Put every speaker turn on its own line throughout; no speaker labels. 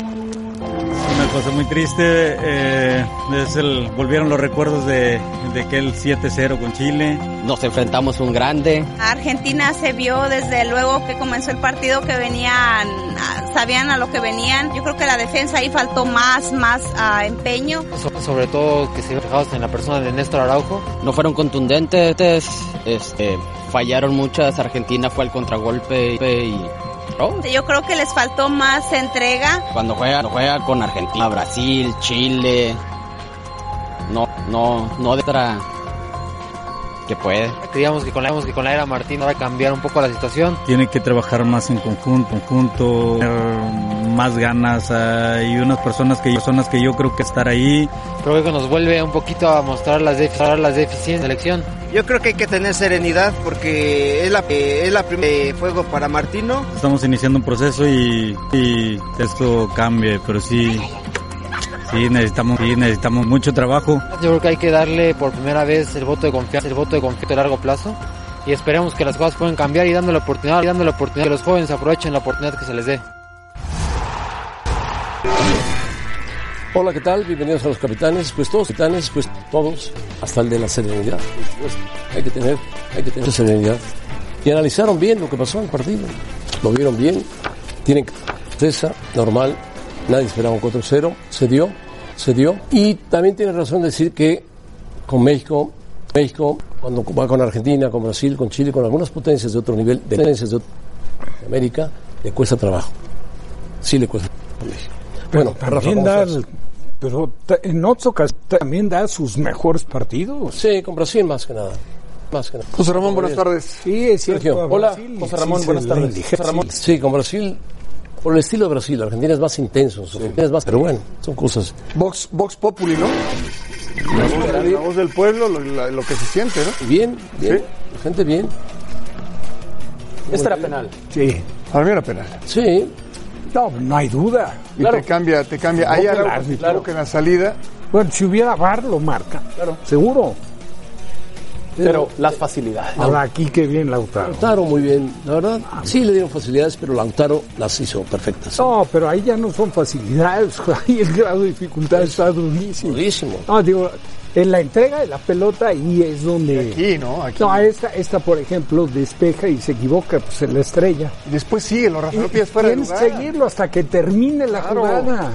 Una cosa muy triste eh, es el volvieron los recuerdos de, de aquel 7-0 con Chile.
Nos enfrentamos un grande.
Argentina se vio desde luego que comenzó el partido que venían, ah, sabían a lo que venían. Yo creo que la defensa ahí faltó más, más ah, empeño.
So- sobre todo que se vieron fijados en la persona de Néstor Araujo.
No fueron contundentes, este, fallaron muchas. Argentina fue al contragolpe y oh,
Yo creo que les faltó más entrega.
cuando juega, cuando juega con Argentina, Brasil, Chile. No, no, no de otra que puede.
Creíamos que con la, que con la era Martín iba a cambiar un poco la situación.
Tiene que trabajar más en conjunto, conjunto, tener más ganas. Hay unas personas que, personas que yo creo que estar ahí.
Creo que nos vuelve un poquito a mostrar las, defi- mostrar las deficiencias de la selección.
Yo creo que hay que tener serenidad porque es la, eh, es la primera fuego para Martino.
Estamos iniciando un proceso y, y esto cambie, pero sí, sí necesitamos, sí necesitamos mucho trabajo.
Yo creo que hay que darle por primera vez el voto de confianza, el voto de confianza a largo plazo. Y esperemos que las cosas puedan cambiar y dando la oportunidad, y dando la oportunidad que los jóvenes aprovechen la oportunidad que se les dé.
Hola, ¿qué tal? Bienvenidos a los capitanes, pues todos capitanes, pues todos, hasta el de la serenidad. por supuesto. Hay que tener, hay que tener serenidad. Y analizaron bien lo que pasó en el partido. Lo vieron bien, tienen certeza, normal, nadie esperaba un 4-0, se dio, se dio. Y también tiene razón decir que con México, México, cuando va con Argentina, con Brasil, con Chile, con algunas potencias de otro nivel, de potencias de, otro- de América, le cuesta trabajo. Sí le cuesta a México. Bueno, Rafa,
también
¿cómo fue
da,
eso?
pero ta- en otras ocasiones también da sus mejores partidos.
Sí, con Brasil más que nada. Más que nada.
José Ramón, buenas tardes.
Sí, es
Sergio,
cierto. a
hola,
Brasil
José
sí
Ramón,
se
buenas
le
tardes.
indigesta.
José Ramón.
Sí, con Brasil, por el estilo de Brasil, Argentina es más intenso, en su- es más, pero bueno, son cosas.
Vox, Vox Populi, ¿no? La, la voz del pueblo, lo, la- lo que se siente, ¿no?
Bien, bien, la gente bien.
Esta era penal.
Sí,
Para mí era penal.
Sí,
no, no hay duda.
Y te cambia, te cambia. Hay
pero
algo
el árbitro.
claro que en la salida.
Bueno, si hubiera VAR lo marca. Seguro.
Pero las facilidades.
Ahora aquí qué bien Lautaro.
Lautaro muy bien, la verdad. Sí le dieron facilidades, pero Lautaro las hizo perfectas.
No, pero ahí ya no son facilidades. Ahí el grado de dificultad está durísimo.
Durísimo.
No, digo, en la entrega de la pelota ahí es donde...
Aquí, ¿no? Aquí.
No, esta, esta, por ejemplo, despeja y se equivoca, pues se la estrella.
Y Después sigue, lo Rafa López
Y
fuera de
tienes
lugar.
que seguirlo hasta que termine la
Claro.
jugada.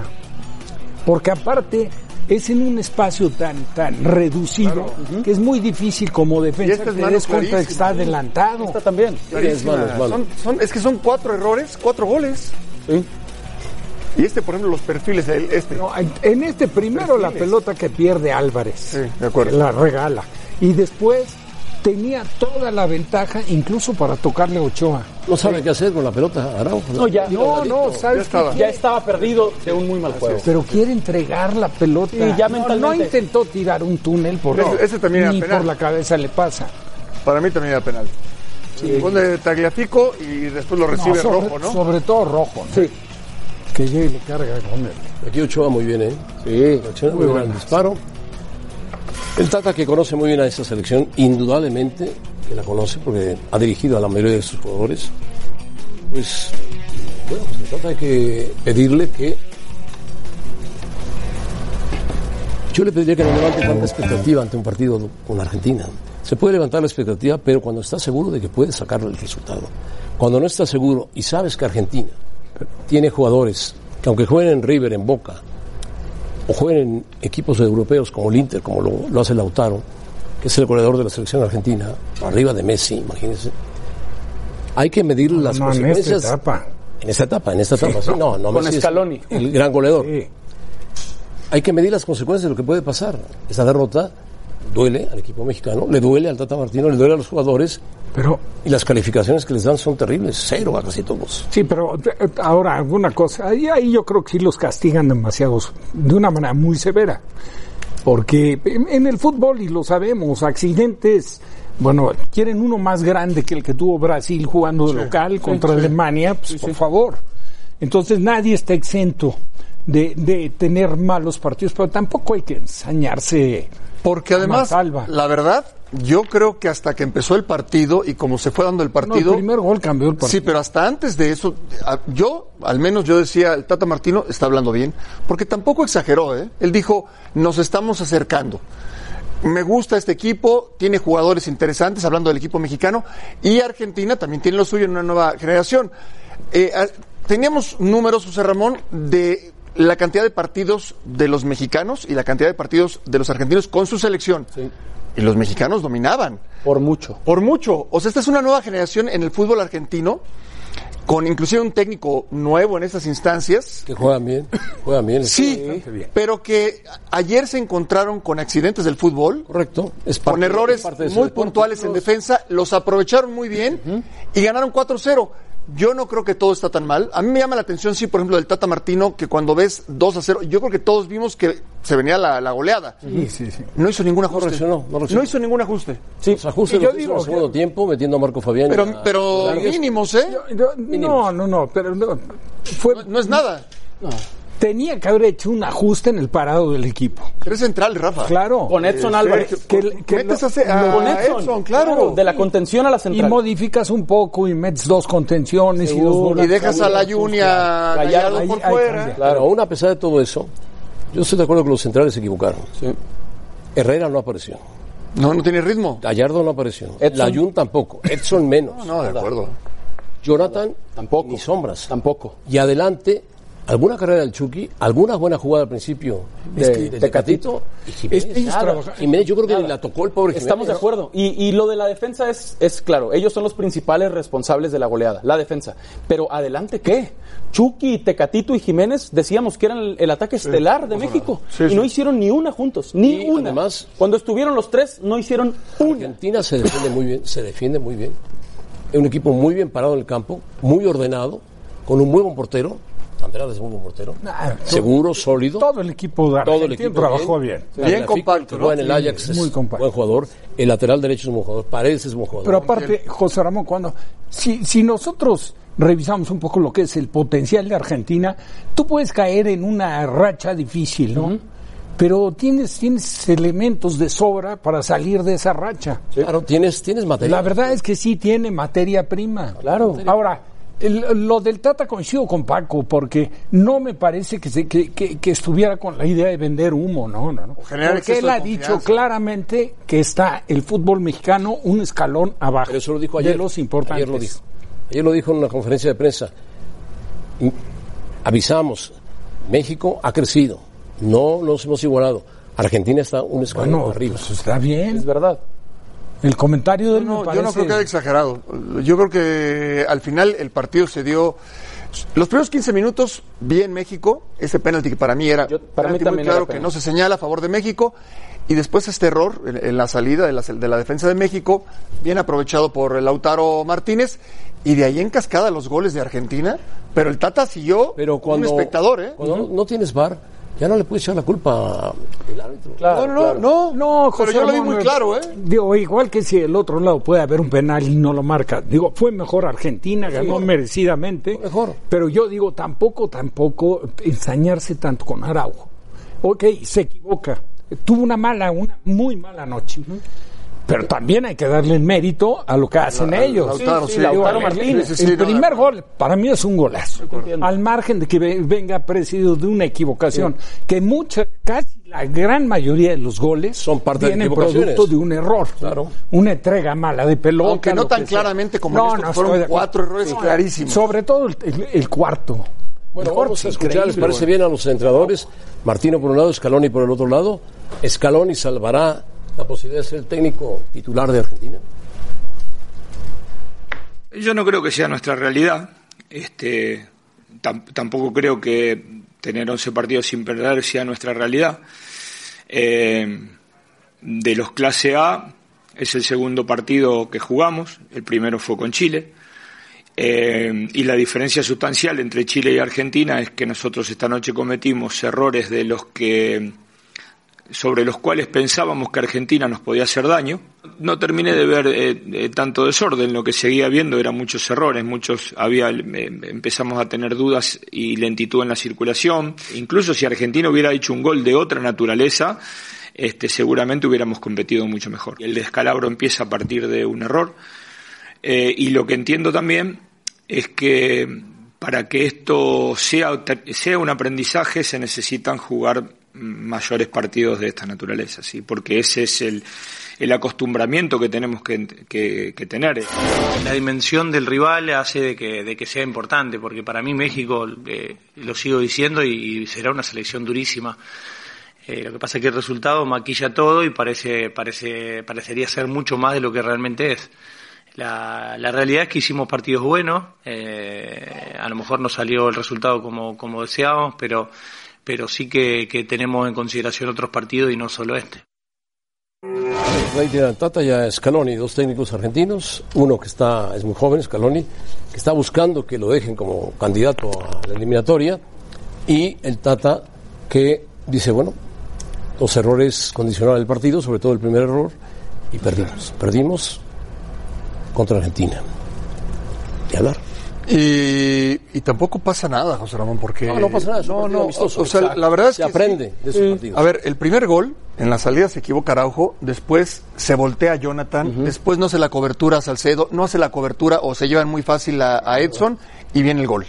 Porque aparte es en un espacio tan tan reducido que es muy difícil como
Y
defensa
esta
que
es
te
mano
des cuenta que
clarísima.
está adelantado.
Esta también.
Es malo, es
Clarísima.
malo.
Son, son- es que son cuatro errores, cuatro goles.
Sí.
Y este, por ejemplo, los perfiles, el- este.
No, en, en este primero la pelota que pierde Álvarez.
Sí, de acuerdo.
La regala. Y después tenía toda la ventaja incluso para tocarle a Ochoa.
No sabe qué hacer con la pelota, Araujo.
No, ya.
No, no,
Ya
¿sabes qué?
estaba.
Ya estaba perdido de un muy mal juego.
Pero quiere entregar la pelota.
Sí, ya
No,
mentalmente.
No, intentó tirar un túnel por
No, ese también era
ni
penal.
por la cabeza le pasa.
Para mí también era penal. Pone Tagliafico y después lo
No,
recibe
sobre,
rojo, ¿no?
sobre todo rojo. ¿no? Que llegue y le carga con él.
Aquí Ochoa muy bien, ¿eh? Sí, Ochoa muy bien. Disparo. El Tata que conoce muy bien a esta selección, indudablemente que la conoce porque ha dirigido a la mayoría de sus jugadores. Pues, bueno, pues el Tata hay então que pedirle que. Yo le pediría que no levante tanta expectativa ante un partido con Argentina. Se puede levantar la expectativa, pero cuando está seguro de que puede sacarle el resultado. Cuando no está seguro y sabes que Argentina tiene jugadores que aunque jueguen en River, en Boca, o jueguen en equipos europeos como el Inter, como lo, lo hace Lautaro, que es el goleador de la selección argentina, arriba de Messi, imagínense. Hay que medir las
No, en esta
consecuencias.
etapa.
En esta etapa, en esta
Sí.
etapa. sí, no, no
Con
Messi es
Scaloni.
El gran goleador. Hay que medir las consecuencias de lo que puede pasar. Esta derrota duele al equipo mexicano, le duele al Tata Martino, le duele a los jugadores.
Pero.
Y las calificaciones que les dan son terribles. Cero a casi todos.
Sí, pero eh, ahora alguna cosa, ahí, ahí yo creo que sí los castigan demasiados, de una manera muy severa, porque en, en el fútbol, y lo sabemos, accidentes, bueno, quieren uno más grande que el que tuvo Brasil jugando de
Sí,
local
sí,
contra
sí.
Alemania, pues,
Sí,
por
sí.
favor. Entonces nadie está exento de, de tener malos partidos, pero tampoco hay que ensañarse.
Porque además,
Mansalva.
la verdad, yo creo que hasta que empezó el partido y como se fue dando el partido.
el primer gol cambió el partido.
Sí, pero hasta antes de eso, a- yo, al menos yo decía, el Tata Martino está hablando bien, porque tampoco exageró, ¿eh? Él dijo, nos estamos acercando. Me gusta este equipo, tiene jugadores interesantes, hablando del equipo mexicano, y Argentina también tiene lo suyo en una nueva generación. Eh, a- teníamos números, José Ramón, de la cantidad de partidos de los mexicanos y la cantidad de partidos de los argentinos con su selección. Y los mexicanos dominaban.
Por mucho.
Por mucho. O sea, esta es una nueva generación en el fútbol argentino, con inclusive un técnico nuevo en estas instancias.
Que juegan bien, juegan bien.
Sí, pero que ayer se encontraron con accidentes del fútbol.
Correcto.
con errores
parte de su
muy
deporte.
puntuales en defensa, los aprovecharon muy bien y ganaron 4-0. Yo no creo que todo está tan mal. A mí me llama la atención, sí, por ejemplo, del Tata Martino, que cuando ves 2-0, yo creo que todos vimos que se venía la, la goleada. No hizo ningún ajuste.
reaccionó, no reaccionó.
hizo ningún ajuste.
Sí, los ajustes
Y yo
los hizo en el
digo-
segundo tiempo, metiendo a Marco Fabián. y
Pero,
a-
pero mínimos, ¿eh?
No, no, no, pero no, fue,
No es nada.
tenía que haber hecho un ajuste en el parado del equipo.
Eres central, Rafa.
Claro.
Con Edson
Sí.
Álvarez.
Que- que
Metes
lo-
a ce- a
lo-
Edson, claro.
De la contención a la
Y
central.
modificas un poco y metes dos contenciones y dos
Y
volantes.
dejas a la Junia
Gallardo.
Gallardo por
Ahí- ahí
fuera.
cambia.
Claro, aún a pesar de todo eso, yo estoy de acuerdo que los centrales se equivocaron. Herrera no apareció.
No, no tiene ritmo.
Gallardo no apareció.
Edson.
Layun tampoco. Edson menos.
No, de acuerdo.
Jonathan tampoco. Ni sombras. Tampoco. Y adelante, alguna carrera del Chucky, algunas buenas jugadas al principio
Es
de,
que-
de Tecatito. Y Jiménez,
Es que ellos
nada.
trabajan-
Jiménez, yo creo que ni la tocó el pobre Jiménez.
Estamos de acuerdo. Y, y lo de la defensa es, es claro. Ellos son los principales responsables de la goleada, la defensa. Pero adelante, ¿qué? Chucky, Tecatito y Jiménez decíamos que eran el, el ataque estelar de México.
Sí,
y
sí.
no hicieron ni una juntos, ni
Y
una.
además-
Cuando estuvieron los tres, no hicieron una.
Argentina se defiende muy bien, se defiende muy bien. Es un equipo muy bien parado en el campo, muy ordenado, con un muy buen portero. Andrade es un buen portero.
Nah, to-
Seguro, sólido.
Todo el equipo de
Todo el
Argentina
equipo
trabajó bien.
Bien compacto, ¿no?
Juega en el
Sí,
Ajax, es
muy compacto.
buen jugador. El lateral derecho es un buen jugador. Paredes es un buen jugador.
Pero aparte, José Ramón, cuando si, si nosotros revisamos un poco lo que es el potencial de Argentina, tú puedes caer en una racha difícil, ¿no? Pero tienes, tienes elementos de sobra para salir de esa racha.
Claro, tienes, tienes material.
La verdad es que sí tiene materia prima.
Claro.
Ahora, el- lo del Tata coincido con Paco, porque no me parece que, se- que, que- que estuviera con la idea de vender humo, no, no, no.
generar
Porque
exceso
él
de
ha dicho
confianza.
claramente que está el fútbol mexicano un escalón abajo.
Pero eso lo dijo ayer.
De los importantes.
Ayer lo dijo. Ayer lo dijo en una conferencia de prensa. Mm, Avisamos, México ha crecido. No nos hemos igualado. Argentina está un escalón
Bueno,
arriba.
pues está bien.
Es verdad.
El comentario de él me
No, yo
parece-
no creo que haya exagerado. Yo creo que al final el partido se dio. Los primeros 15 minutos, bien México. Este penalti que para mí era
Yo- para mí
penalti muy
también era
claro que
penalti.
no se señala a favor de México. Y después este error en, en la salida de la, de la defensa de México, bien aprovechado por Lautaro Martínez. Y de ahí en cascada los goles de Argentina. Pero el Tata siguió
Pero cuando,
un espectador, ¿eh?
cuando no- no tienes bar, ya no le puedes echar la culpa al árbitro.
Claro,
no, no,
claro.
no,
No, José
Pero yo lo vi
Ramón,
muy
no-
claro, ¿eh?
Digo, igual que si el otro lado puede haber un penal y no lo marca. Digo, fue mejor Argentina, ganó merecidamente.
Fue mejor.
Pero yo digo, tampoco, tampoco ensañarse tanto con Araujo. Ok, se equivoca. Tuvo una mala, una muy mala noche. Pero también hay que darle el mérito a lo que hacen
a-
ellos.
Lautaro,
sí, Lautaro
el-
Martínez.
El,
Sí, sí, no,
primer
de-
gol, para mí es un golazo.
entiendo.
Al margen de que ve- venga presidido de una equivocación, que mucha, casi la gran mayoría de los goles
Son parte de
vienen
equivocaciones.
producto de un error.
Claro.
Una entrega mala de pelota.
Aunque no
lo
tan
que sea.
claramente como
No,
en esto,
no, estoy de
fueron
acuerdo.
cuatro errores clarísimos.
Sobre todo el, el- el cuarto.
Bueno,
El cuarto
vamos a
es
escuchar, ¿les
increíble,
parece
güey.
bien a los entrenadores? Martino por un lado, Scaloni por el otro lado. ¿Scaloni salvará la posibilidad de ser el técnico titular de Argentina?
Yo no creo que sea nuestra realidad. Este, tam- tampoco creo que tener 11 partidos sin perder sea nuestra realidad. Eh, de los clase A es el segundo partido que jugamos, el primero fue con Chile. Eh, y la diferencia sustancial entre Chile y Argentina es que nosotros esta noche cometimos errores de los que sobre los cuales pensábamos que Argentina nos podía hacer daño. No terminé de ver eh, eh, tanto desorden, lo que seguía viendo eran muchos errores, muchos había eh, empezamos a tener dudas y lentitud en la circulación. Incluso si Argentina hubiera hecho un gol de otra naturaleza, este seguramente hubiéramos competido mucho mejor. El descalabro empieza a partir de un error. Eh, y lo que entiendo también es que para que esto sea, sea un aprendizaje se necesitan jugar mayores partidos de esta naturaleza, ¿sí? porque ese es el, el acostumbramiento que tenemos que, que- que tener.
La dimensión del rival hace de que, de que sea importante, porque para mí México, eh, lo sigo diciendo, y, y será una selección durísima. Eh, lo que pasa es que el resultado maquilla todo y parece, parece, parecería ser mucho más de lo que realmente es. La, la realidad es que hicimos partidos buenos, eh, a lo mejor no salió el resultado como, como deseábamos, pero, pero sí que, que tenemos en consideración otros partidos y no solo este.
Ahí tiene al Tata y a Scaloni, dos técnicos argentinos. Uno que está, es muy joven, Scaloni, que está buscando que lo dejen como candidato a la eliminatoria. Y el Tata que dice, bueno, los errores condicionaron el partido, sobre todo el primer error, y perdimos. Perdimos contra Argentina. Y hablar.
Y, y tampoco pasa nada, José Ramón, porque...
No, no pasa nada, es un
No,
partido
no,
amistoso,
o sea,
exacto.
la verdad es
Se
que
aprende
sí.
de esos partidos.
A ver, el primer gol, en la salida se equivoca Araujo, después se voltea Jonathan, después no hace la cobertura a Salcedo, no hace la cobertura o se llevan muy fácil a, a Edson y viene el gol.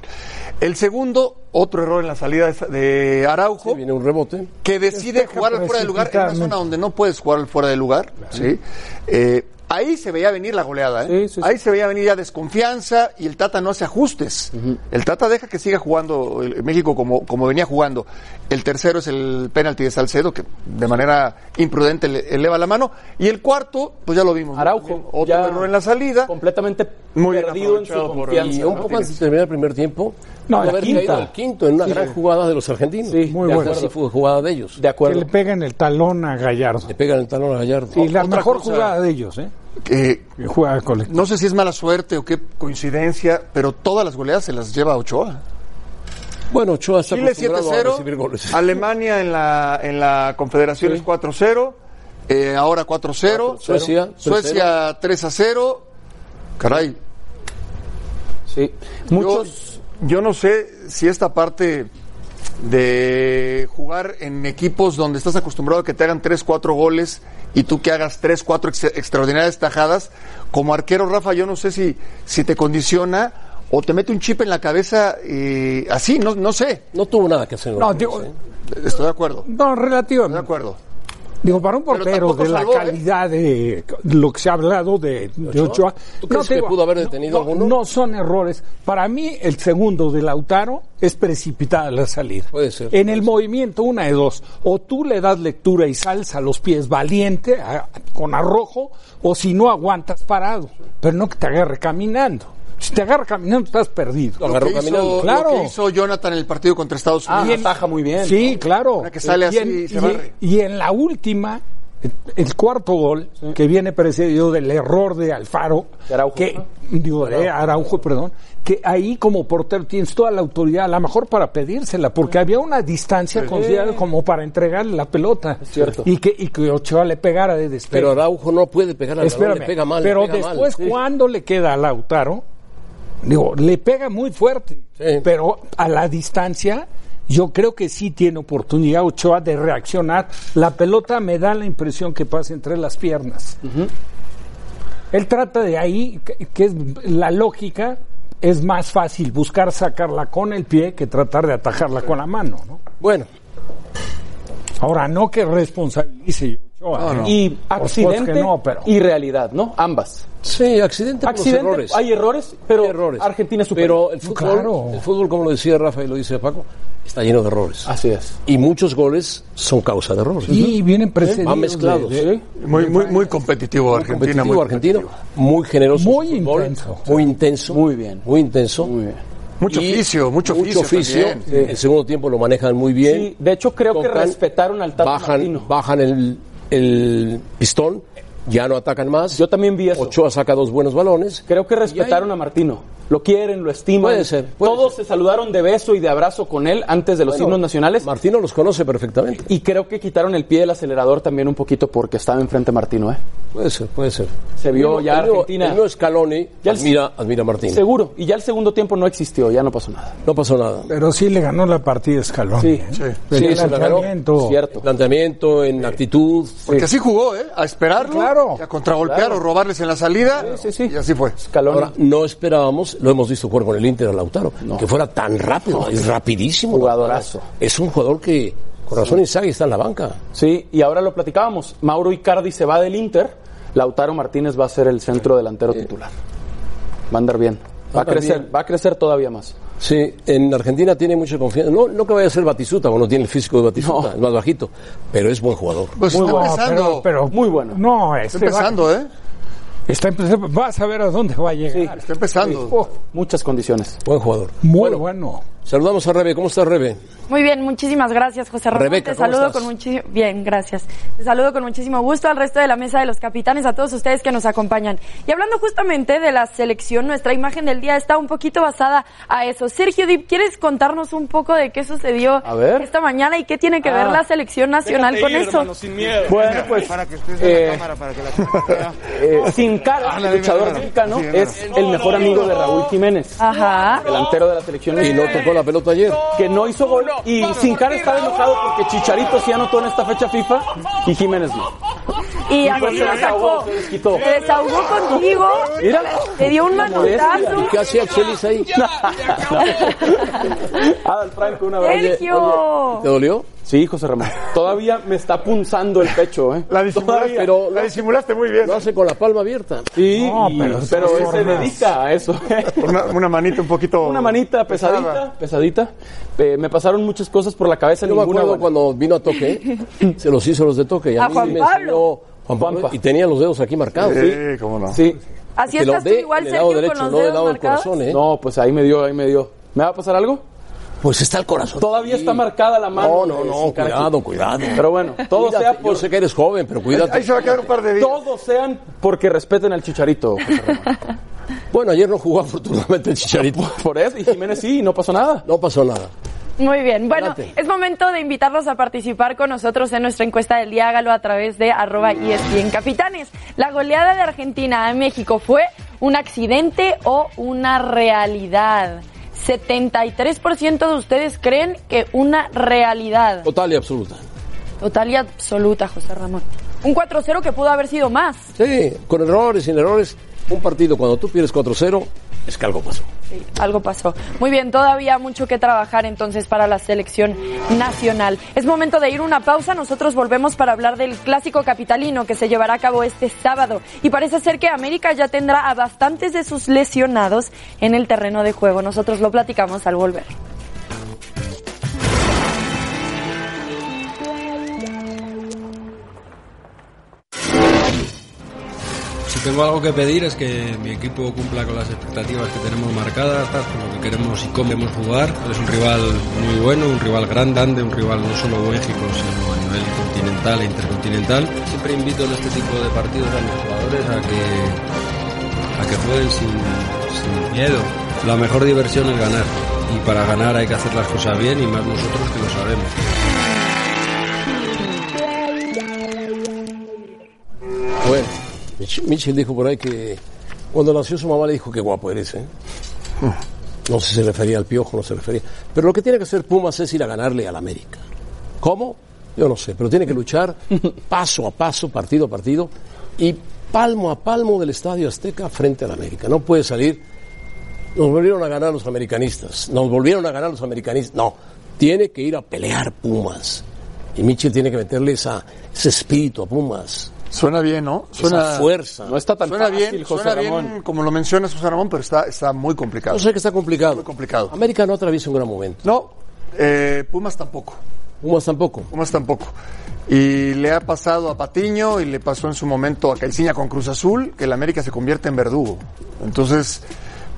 El segundo, otro error en la salida de, de Araujo.
viene un rebote.
Que decide jugar al fuera de lugar en una zona donde no puedes jugar al fuera de lugar, ¿sí? Eh, ahí se veía venir la goleada, ¿eh? ahí se veía venir ya desconfianza y el Tata no hace ajustes. El Tata deja que siga jugando el- México como, como venía jugando. El tercero es el penalti de Salcedo, que de manera imprudente le- eleva la mano. Y el cuarto, pues ya lo vimos. Araujo. Otro error en la salida.
Completamente perdido en su confianza.
Y un
¿no?
poco antes de terminar el primer tiempo,
No,
pudo
la
haber
quinta.
caído al quinto en una
Sí.
gran jugada de los argentinos. Sí,
muy buena.
fue jugada de ellos. De
Que le pegan el talón a Gallardo. Le
pegan el talón a Gallardo.
Y la
Otra
mejor
cosa-
jugada de ellos, ¿eh?
Que
juega colectiva.
No sé si es mala suerte o qué coincidencia, pero todas las goleadas se las lleva Ochoa.
Bueno, Ochoa está
Chile
acostumbrado a
7-0,
recibir goles.
Alemania en la, en la Confederaciones 4-0, eh, ahora 4-0,
Suecia,
Suecia 3-0, caray.
Sí,
muchos... Yo, no sé si esta parte de jugar en equipos donde estás acostumbrado a que te hagan 3, 4 goles y tú que hagas 3, 4 extraordinarias tajadas, como arquero Rafa, yo no sé si, si te condiciona o te mete un chip en la cabeza eh, así, no, no sé.
No tuvo nada que hacer.
No, digo,
Estoy de acuerdo.
No, relativamente.
de acuerdo.
Digo, para un portero
tampoco
de la
salvó, ¿eh?
calidad de lo que se ha hablado de, de Ochoa.
¿Tú crees
te
que
digo,
pudo haber detenido
no, No son errores. Para mí, el segundo de Lautaro es precipitada la salida.
Puede ser.
En el movimiento, una de dos. O tú le das lectura y salsa a los pies valiente, a- con arrojo, o si no aguantas parado. Pero no que te agarre caminando. Si te agarra caminando, estás perdido.
Lo que, hizo,
Claro. Ah,
lo que hizo Jonathan en el partido contra Estados Unidos.
Sí, claro.
Una que sale así
Y
y
en,
se barre.
y- y en la última, el cuarto gol, que viene precedido del error de Alfaro, que, digo, de Araujo, perdón, que ahí como portero tienes toda la autoridad, a lo mejor para pedírsela, porque había una distancia
Sí.
considerable como para entregarle la pelota.
cierto.
Y que, y que Ochoa le pegara de despegue.
Pero Araujo no puede pegar al balón,
Espérame,
le pega mal. le
pero
pega mal.
después,
Sí.
¿cuándo le queda a Lautaro? Digo, le pega muy fuerte, pero a la distancia yo creo que sí tiene oportunidad Ochoa de reaccionar. La pelota me da la impresión que pasa entre las piernas. Él trata de ahí, que- que es la lógica, es más fácil buscar sacarla con el pie que tratar de atajarla con la mano. ¿no?
Bueno.
Ahora, no que responsabilice Ochoa. ¿eh?
Oh, Y
Por supuesto que
accidente
no, pero...
y realidad, ¿no? Ambas.
Sí, accidente por los
accidente,
errores.
Hay errores, pero Argentina es superior.
Pero el fútbol, el fútbol, como lo decía Rafa y lo dice Paco, está lleno de errores.
Así es.
Y muchos goles son causa de errores.
Y vienen
presentes.
precedidos
Van mezclados.
de- de-
Muy, muy, muy competitivo Argentina.
competitivo
muy
argentino, muy generoso.
Muy
en su fútbol,
intenso.
Muy intenso. Muy bien. Muy intenso.
Mucho
Y
oficio, mucho oficio. también.
oficio. eh, El segundo tiempo lo manejan muy bien.
Sí, de hecho creo que
Tocan,
respetaron al Tata
bajan, bajan el, el pistón, ya no atacan más. Yo
también vi eso.
Ochoa saca dos buenos balones.
Creo que respetaron a Martino. Lo quieren, lo estiman.
Puede ser,
Todos se saludaron de beso y de abrazo con él antes de los
Bueno,
himnos nacionales.
Martino los conoce perfectamente.
Y creo que quitaron el pie del acelerador también un poquito porque estaba enfrente Martino, ¿eh?
Puede ser, puede ser.
Se vio ya Argentina.
No Scaloni,
Ya el-
admira, admira a Martino.
Seguro. Y ya el segundo tiempo no existió, ya no pasó nada.
No pasó nada.
Pero sí le ganó la partida a Scaloni.
Sí,
¿eh?
sí.
Pero el
se la ganó.
planteamiento-
Cierto. Planteamiento, en actitud.
Porque así jugó, ¿eh? A esperarlo, y a contragolpear
Claro.
o robarles en la salida. Y así fue.
Ahora, no esperábamos, lo hemos visto jugar con el Inter a Lautaro, que fuera tan rápido, es rapidísimo.
Jugadorazo.
Es un jugador que, con razón, Inzaghi está en la banca.
Sí, y ahora lo platicábamos. Mauro Icardi se va del Inter. Lautaro Martínez va a ser el centro delantero titular. Va a andar bien. Va a
Andar
crecer,
bien.
va a crecer todavía más.
Sí, en Argentina tiene mucha confianza. No, no que vaya a ser Batistuta, bueno, tiene el físico de Batistuta, es más bajito, pero es buen jugador.
Pues Pero, pero-
muy bueno.
No, este
empezando,
va- Está empezando. Vas a ver a dónde va a llegar. Oh.
está empezando.
muchas condiciones.
Buen jugador.
Muy bueno.
Saludamos a Rebe, ¿cómo está Rebe?
Muy bien, muchísimas gracias, José Ramón.
Rebeca,
Te
¿cómo
saludo
estás?
con muchísimo bien, gracias. Te saludo con muchísimo gusto al resto de la mesa de los capitanes, a todos ustedes que nos acompañan. Y hablando justamente de la selección, nuestra imagen del día está un poquito basada a eso. Sergio Dip, ¿quieres contarnos un poco de qué sucedió
A ver.
esta mañana y qué tiene que ver
Ah.
la selección nacional con eso?
Bueno, pues. eh, eh, sin cara, el luchador mexicano, es el mejor amigo de Raúl Jiménez.
Ajá.
delantero de la selección
y no tocó la pelota ayer
que no hizo gol y sin cara estaba enojado porque Chicharito sí anotó en esta fecha FIFA y Jiménez no
Y
pues
aquí
se
lo
desahogó,
sacó.
se desquitó.
Se desahogó contigo.
Mira.
Te dio un
La molestia.
manotazo.
¿Y qué hacía Chelis ahí? Adal Ah, Franco una vez
Sergio.
¿Te dolió?
Sí, José Ramón. Todavía me está punzando el pecho, ¿eh? La disimulaste,
pero
la
disimulaste muy bien.
Lo hace con la palma abierta.
Sí,
No,
y-
pero
pero,
de todas
él se
formas.
dedica a eso.
Una, una manita un poquito.
Una manita pesadita, pesadita. Eh, me pasaron muchas cosas por la cabeza.
Yo me
ninguna
acuerdo
buena.
cuando vino a toque, se los hizo los de toque. Y a,
A
mí
Juan
me
Pablo.
enseñó Juan Pablo, Y tenía los dedos aquí marcados.
Sí,
cómo no.
Sí.
Así estás tú igual, Sergio, con los dedos marcados.
¿eh?
No, pues ahí me dio, ahí me dio. ¿Me va a pasar algo?
Pues está el corazón.
Todavía está marcada la
No,
mano.
no,
eh,
no,
sin cara
cuidado,
aquí.
cuidado.
Pero bueno, todo
Cuídate,
sea por...
Yo sé que eres joven, pero cuídate.
Ahí se va a quedar un par de días. Todos sean porque respeten al Chicharito.
bueno, ayer no jugó afortunadamente el Chicharito.
Por eso, y Jiménez sí, no pasó nada.
No pasó nada.
Muy bien, bueno,
Adelante.
es momento de invitarlos a participar con nosotros en nuestra encuesta del día. Hágalo a través de arroba ESPN Capitanes. ¿La goleada de Argentina a México fue un accidente o una realidad? 73% de ustedes creen que una realidad.
Total y absoluta.
Total y absoluta, José Ramón. Un 4-0 que pudo haber sido más.
Sí, con errores, sin errores. Un partido cuando tú pierdes 4-0, es que algo pasó.
Sí, algo pasó. Muy bien, todavía mucho que trabajar entonces para la selección nacional. Es momento de ir una pausa, nosotros volvemos para hablar del clásico capitalino que se llevará a cabo este sábado. Y parece ser que América ya tendrá a bastantes de sus lesionados en el terreno de juego. Nosotros lo platicamos al volver.
Si tengo algo que pedir es que mi equipo cumpla con las expectativas que tenemos marcadas, tal, con lo que queremos y cómo queremos jugar. Es un rival muy bueno, un rival grande, un rival no solo México, sino a nivel continental e intercontinental. Siempre invito en este tipo de partidos a mis jugadores a que, a que jueguen sin, sin miedo. La mejor diversión es ganar y para ganar hay que hacer las cosas bien y más nosotros que lo sabemos.
Bueno, Mich- Michel dijo por ahí que cuando nació su mamá le dijo que guapo eres, ¿eh? No sé si se refería al piojo, no se refería. Pero lo que tiene que hacer Pumas es ir a ganarle al América. ¿Cómo? Yo no sé, pero tiene que luchar paso a paso, partido a partido y palmo a palmo del Estadio Azteca frente al América. No puede salir. Nos volvieron a ganar los americanistas. Nos volvieron a ganar los americanistas. No, tiene que ir a pelear Pumas. Y Michel tiene que meterle esa, ese espíritu a Pumas.
Suena bien, ¿no? Suena
esa fuerza.
suena bien, suena bien, como lo menciona José Ramón, pero está, está muy complicado.
Yo sé que está complicado.
Muy complicado.
América no atraviesa un gran momento.
No, eh, Pumas tampoco.
Pumas tampoco.
Pumas tampoco. Y le ha pasado a Patiño y le pasó en su momento a Calciña con Cruz Azul, que el América se convierte en verdugo. Entonces,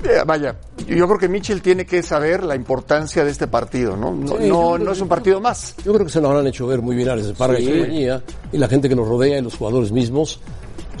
Eh, vaya, yo creo que Mitchell tiene que saber la importancia de este partido, ¿no? No,
Sí,
no,
yo creo
no
que-
es un partido más.
Yo creo que se lo habrán hecho ver muy bien a Ares Parga y
Sí.
compañía, y la gente que nos rodea y los jugadores mismos,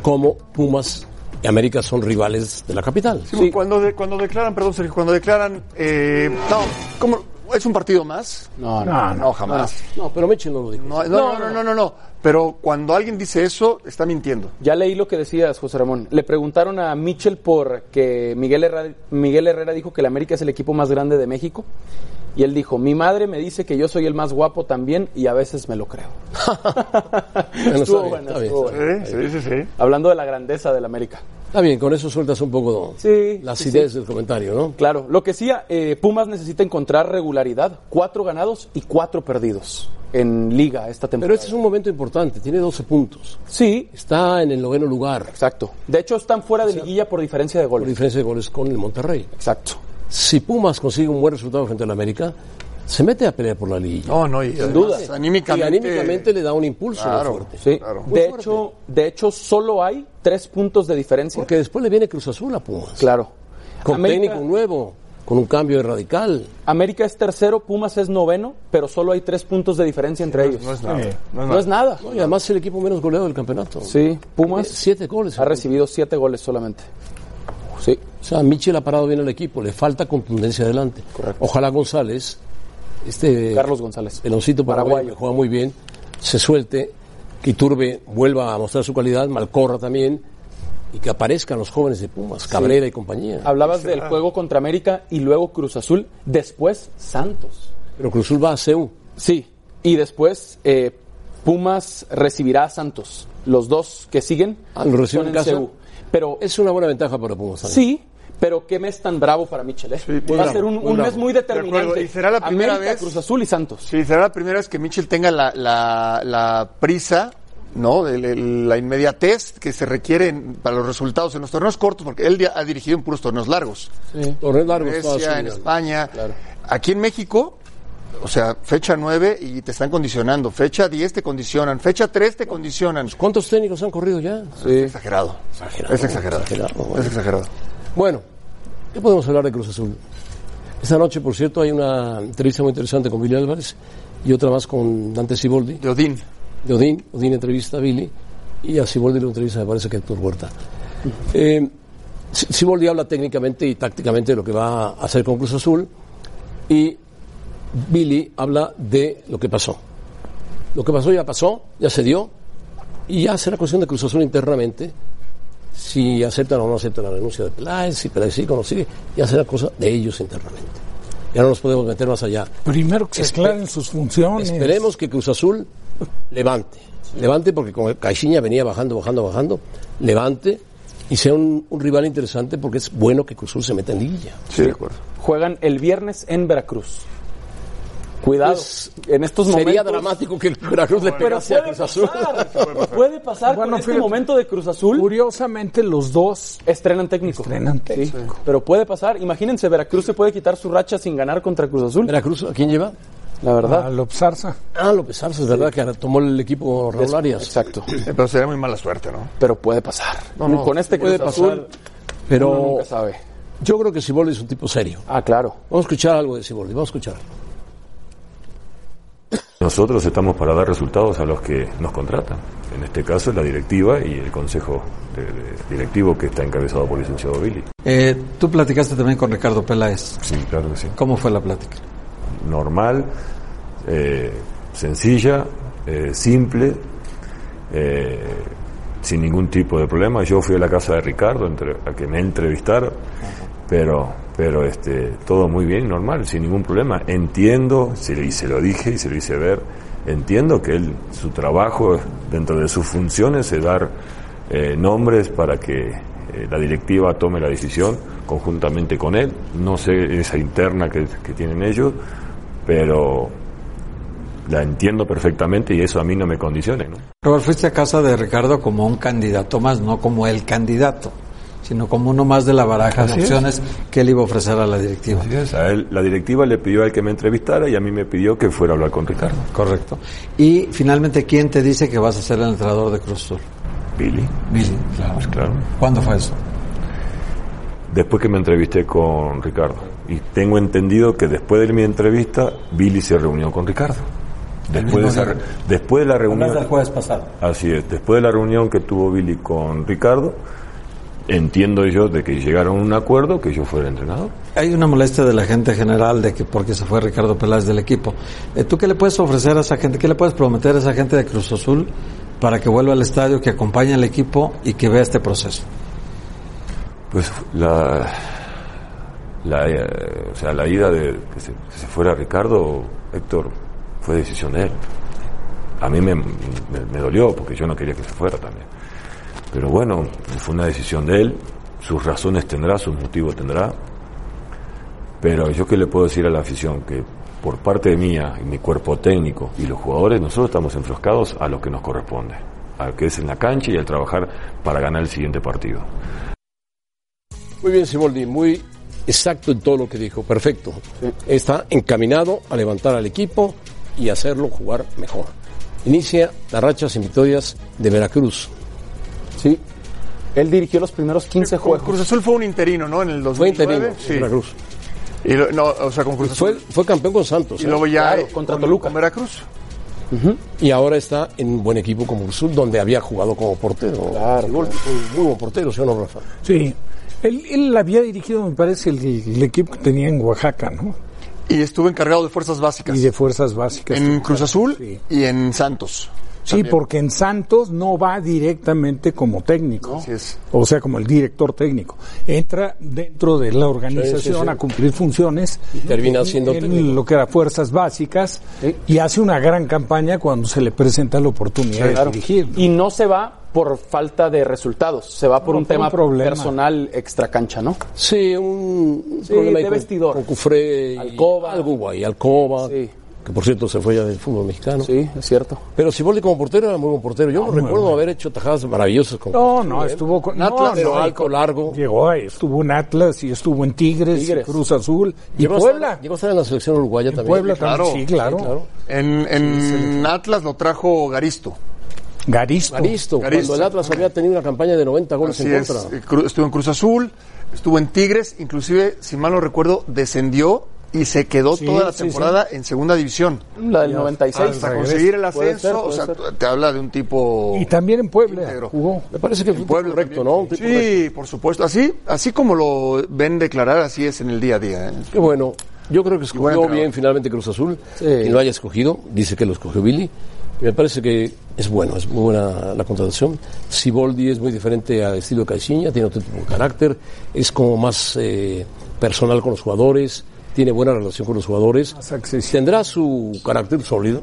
como Pumas y América son rivales de la capital.
Sí, Cuando, de- cuando declaran, perdón, Sergio, cuando declaran, eh, no, ¿cómo? ¿Es un partido más?
No,
no, jamás.
No, pero Meche no lo dijo.
No, no, no, no, no, no. Pero cuando alguien dice eso, está mintiendo.
Ya leí lo que decías, José Ramón. Le preguntaron a Mitchell por que Miguel Herrera, Miguel Herrera dijo que el América es el equipo más grande de México. Y él dijo, mi madre me dice que yo soy el más guapo también y a veces me lo creo. Estuvo bueno, estuvo bueno. Hablando de la grandeza del América.
Está bien, con eso sueltas un poco la
sí,
acidez
sí.
del comentario, ¿no?
Claro, lo que sí, eh, Pumas necesita encontrar regularidad. Cuatro ganados y cuatro perdidos en liga esta temporada.
Pero este es un momento importante, tiene 12 puntos.
Sí.
Está en el noveno lugar.
Exacto. De hecho, están fuera de liguilla por diferencia de goles.
Por diferencia de goles con el Monterrey.
Exacto.
Si Pumas consigue un buen resultado frente al América, se mete a pelear por la liguilla.
No, no, y
Sin
además,
duda.
anímicamente-
Y anímicamente le da un impulso muy
Claro,
fuerte.
sí. Eh, De,
Pues
hecho, de hecho, solo hay tres puntos de diferencia.
Porque después le viene Cruz Azul a Pumas.
Claro.
Con técnico nuevo, con un cambio de radical.
América es tercero, Pumas es noveno, pero solo hay tres puntos de diferencia entre ellos.
no es nada,
Sí.
no
No
es
es
nada.
nada.
No, y además es el equipo menos goleado del campeonato.
Sí, Pumas.
Tiene siete goles.
Ha recibido siete goles solamente. Sí.
O sea, Michel ha parado bien el equipo, le falta contundencia adelante. Ojalá González, este.
Carlos González.
Peloncito paraguayo, que juega muy bien, se suelte, que Iturbe vuelva a mostrar su calidad, Malcorra también, y que aparezcan los jóvenes de Pumas, Cabrera y compañía.
Hablabas del
Ah.
juego contra América y luego Cruz Azul, después Santos.
Pero Cruz Azul va a CEU.
Sí, y después eh, Pumas recibirá a Santos. Los dos que siguen
Ah, lo reciben
son
en casa.
CU. Pero
es una buena ventaja para Pumas. también.
Sí, pero qué mes tan bravo para Michel. ¿eh? Va
bravo,
a ser un,
muy
un mes
bravo.
muy
De acuerdo,
determinante.
y será la primera
América,
vez-
Cruz Azul y Santos.
Sí, será la primera vez que Mitchell tenga la, la- la prisa, ¿no? El- el- la inmediatez que se requiere en- para los resultados en los torneos cortos, porque él ya ha dirigido en puros torneos largos.
Torneos largos,
Grecia,
toda su
en
vida.
España. Aquí en México, o sea, fecha 9 y te están condicionando. Fecha 10 te condicionan. Fecha 3 te condicionan.
¿Cuántos técnicos han corrido ya?
Es exagerado. Es exagerado. Es exagerado.
Bueno, ¿qué podemos hablar de Cruz Azul? Esta noche, por cierto, hay una entrevista muy interesante con Billy Álvarez y otra más con Dante Siboldi. De
Odín.
De Odín. Odín entrevista a Billy y a Siboldi lo entrevista, me parece que Héctor Huerta. Eh, Si- Siboldi habla técnicamente y tácticamente de lo que va a hacer con Cruz Azul y Billy habla de lo que pasó. Lo que pasó ya pasó, ya se dio y ya será cuestión de Cruz Azul internamente si aceptan o no aceptan la renuncia de Peláez, si Peláez sigue o no sigue, ya será cosa de ellos internamente. Ya no nos podemos meter más allá.
Primero que se
Espe-
aclaren sus funciones.
Esperemos que Cruz Azul levante, levante porque con Caixinha venía bajando, bajando, bajando, levante y sea un, un rival interesante porque es bueno que Cruz Azul se meta en liguilla.
Sí, de acuerdo.
Juegan el viernes en Veracruz. Cuidado. en estos momentos.
Pues, Sería dramático que el Veracruz le
Pero
pegase
puede
a Cruz Azul.
pasar. puede pasar
Bueno,
con este
fíjate.
momento de Cruz Azul.
Curiosamente, los dos
estrenan técnico.
Estrenan técnico.
Sí, Pero puede pasar. Imagínense, Veracruz se puede quitar su racha sin ganar contra Cruz Azul.
¿Veracruz a quién lleva?
La verdad.
A Lopsarza.
Ah, López Arce, es verdad que ahora tomó el equipo Raúl
Des-
Arias.
Exacto.
Pero sería muy mala suerte, ¿no?
Pero puede pasar.
No, no,
con este
puede
Cruz
pasar,
Azul,
pero-
uno nunca sabe.
Yo creo que Siboldi es un tipo serio.
Ah, claro.
Vamos a escuchar algo de Siboldi, vamos a escuchar.
Nosotros estamos para dar resultados a los que nos contratan. En este caso, la directiva y el consejo de- de- directivo que está encabezado por el licenciado Billy.
Eh, tú platicaste también con Ricardo Peláez.
Sí, claro que sí.
¿Cómo fue la plática?
normal, eh, sencilla, eh, simple, eh, sin ningún tipo de problema. Yo fui a la casa de Ricardo entre- a que me entrevistaron, pero, pero este, todo muy bien, normal, sin ningún problema. Entiendo, se, le- y se lo dije y se lo hice ver, entiendo que él, su trabajo dentro de sus funciones es dar eh, nombres para que eh, la directiva tome la decisión conjuntamente con él. No sé esa interna que, que tienen ellos, pero la entiendo perfectamente y eso a mí no me condicione. ¿no?
Robert, fuiste a casa de Ricardo como un candidato más, no como el candidato, sino como uno más de la baraja
Así
de
es.
opciones que él iba a ofrecer a la directiva.
A él, la directiva le pidió al que me entrevistara y a mí me pidió que fuera a hablar con Ricardo.
Correcto. Y finalmente, ¿quién te dice que vas a ser el entrenador de Cruz Azul?
Billy.
Billy, claro.
claro.
¿Cuándo fue eso?
Pues después que me entrevisté con Ricardo. Y tengo entendido que después de mi entrevista, Billy se reunió con Ricardo. Después de,
mismo
esa
día.
re- después de la reunión.
Hablas del jueves pasado.
Así es, después de la reunión que tuvo Billy con Ricardo, entiendo yo de que llegaron a un acuerdo que yo fuera entrenador.
Hay una molestia de la gente general de que porque se fue Ricardo Peláez del equipo. Eh, ¿Tú qué le puedes ofrecer a esa gente? ¿Qué le puedes prometer a esa gente de Cruz Azul para que vuelva al estadio, que acompañe al equipo y que vea este proceso?
Pues la, la, eh, o sea, la ida de que se, que se fuera Ricardo, Héctor, fue decisión de él. A mí me, me- me dolió porque yo no quería que se fuera también. Pero bueno, fue una decisión de él, sus razones tendrá, sus motivos tendrá. Pero yo que le puedo decir a la afición que por parte de mía y mi cuerpo técnico y los jugadores, nosotros estamos enfrascados a lo que nos corresponde, a lo que es en la cancha y al trabajar para ganar el siguiente partido.
Muy bien, Simoldi, muy exacto en todo lo que dijo, perfecto. Está encaminado a levantar al equipo y hacerlo jugar mejor. Inicia las rachas sin victorias de Veracruz.
Sí. Él dirigió los primeros 15
Con Cruz Azul fue un interino, ¿no? En el 2009.
Fue interino,
sí.
Veracruz.
Y lo- no, o sea, con Cruz Azul.
Fue, campeón con Santos.
Y
¿eh?
luego ya
Claro,
eh,
contra
con-
Toluca.
con Veracruz.
Y ahora está en un buen equipo como Cruz Azul, donde había jugado como portero. Simoldi, un muy buen portero, ¿sí o no, Rafa?
Sí. Él, él había dirigido, me parece, el, el equipo que tenía en Oaxaca, ¿no?
Y estuvo encargado de fuerzas básicas.
Y de fuerzas básicas.
En Cruz Azul y en Santos.
Sí,
también.
porque en Santos no va directamente como técnico. O sea, como el director técnico. Entra dentro de la organización
Sí, sí, sí.
a cumplir funciones.
Y termina siendo
en
técnico.
lo que era fuerzas básicas. Y hace una gran campaña cuando se le presenta la oportunidad
Claro.
de dirigir.
Y no se va por falta de resultados, se va por
No,
un
por un
tema
problema.
personal extra cancha, ¿no?
Sí, un, un
Sí,
problema ahí
de
con-
vestidor.
Con Cufré, Alcoba. Algo ahí, Alcoba. Que por cierto se fue ya del fútbol mexicano.
Sí, es cierto.
Pero Siboldi como portero era muy buen portero. Yo
muy
recuerdo haber hecho tajadas maravillosas con
No, no, estuvo con
Atlas,
no,
pero
no,
alto, largo.
Llegó, ahí, estuvo en Atlas y estuvo en Tigres, y
Tigres.
Cruz Azul y
Llegó a estar-
Puebla.
llegó a estar en la selección uruguaya también.
Puebla también, sí, claro.
En, en Atlas lo trajo Garisto.
Garisto.
Garisto, cuando el Atlas había tenido una campaña de 90 goles
Así
en
es.
contra.
Eh, Cru- Estuvo en Cruz Azul, estuvo en Tigres, inclusive, si mal no recuerdo, descendió y se quedó
Sí,
toda la
sí,
temporada en segunda división.
La del 96.
Hasta
Al regreso.
conseguir el
Puede
ascenso,
ser,
o
puede
sea,
ser.
t- te habla de un tipo...
Y también en Puebla jugó.
Me parece que fue
Puebla
correcto, ¿no? Un
Sí,
tipo correcto.
por supuesto. Así, así como lo ven declarar, así es en el día a día. ¿eh?
Qué bueno. Yo creo que
buen
escogió
entrenador.
bien finalmente Cruz Azul. Quien lo haya escogido, dice que lo escogió Billy. Me parece que es bueno, es muy buena la contratación. Siboldi es muy diferente al estilo Caixinha, tiene otro tipo de carácter, es como más eh, personal con los jugadores, tiene buena relación con los jugadores. Tendrá su carácter sólido,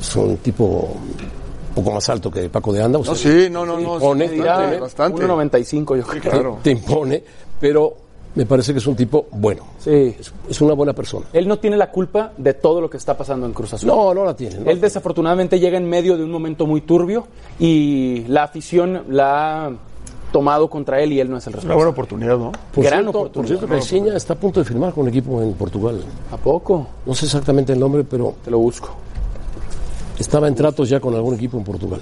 es un tipo un poco más alto que Paco de Anda. o
No,
sea,
sí, no, no, no.
Impone,
sí, bastante,
¿eh?
bastante.
1.95 yo creo.
te- te impone, pero me parece que es un tipo bueno. Es, es una buena persona.
Él no tiene la culpa de todo lo que está pasando en Cruz Azul.
No, no la tiene. no.
Él desafortunadamente llega en medio de un momento muy turbio y la afición la ha tomado contra él y él no es el responsable.
oportunidad, ¿no?
Por
Gran
cierto,
oportunidad.
Por cierto, Caixinha está a punto de firmar con un equipo en Portugal.
¿A poco?
No sé exactamente el nombre, pero.
Te lo busco.
Estaba en tratos ya con algún equipo en Portugal.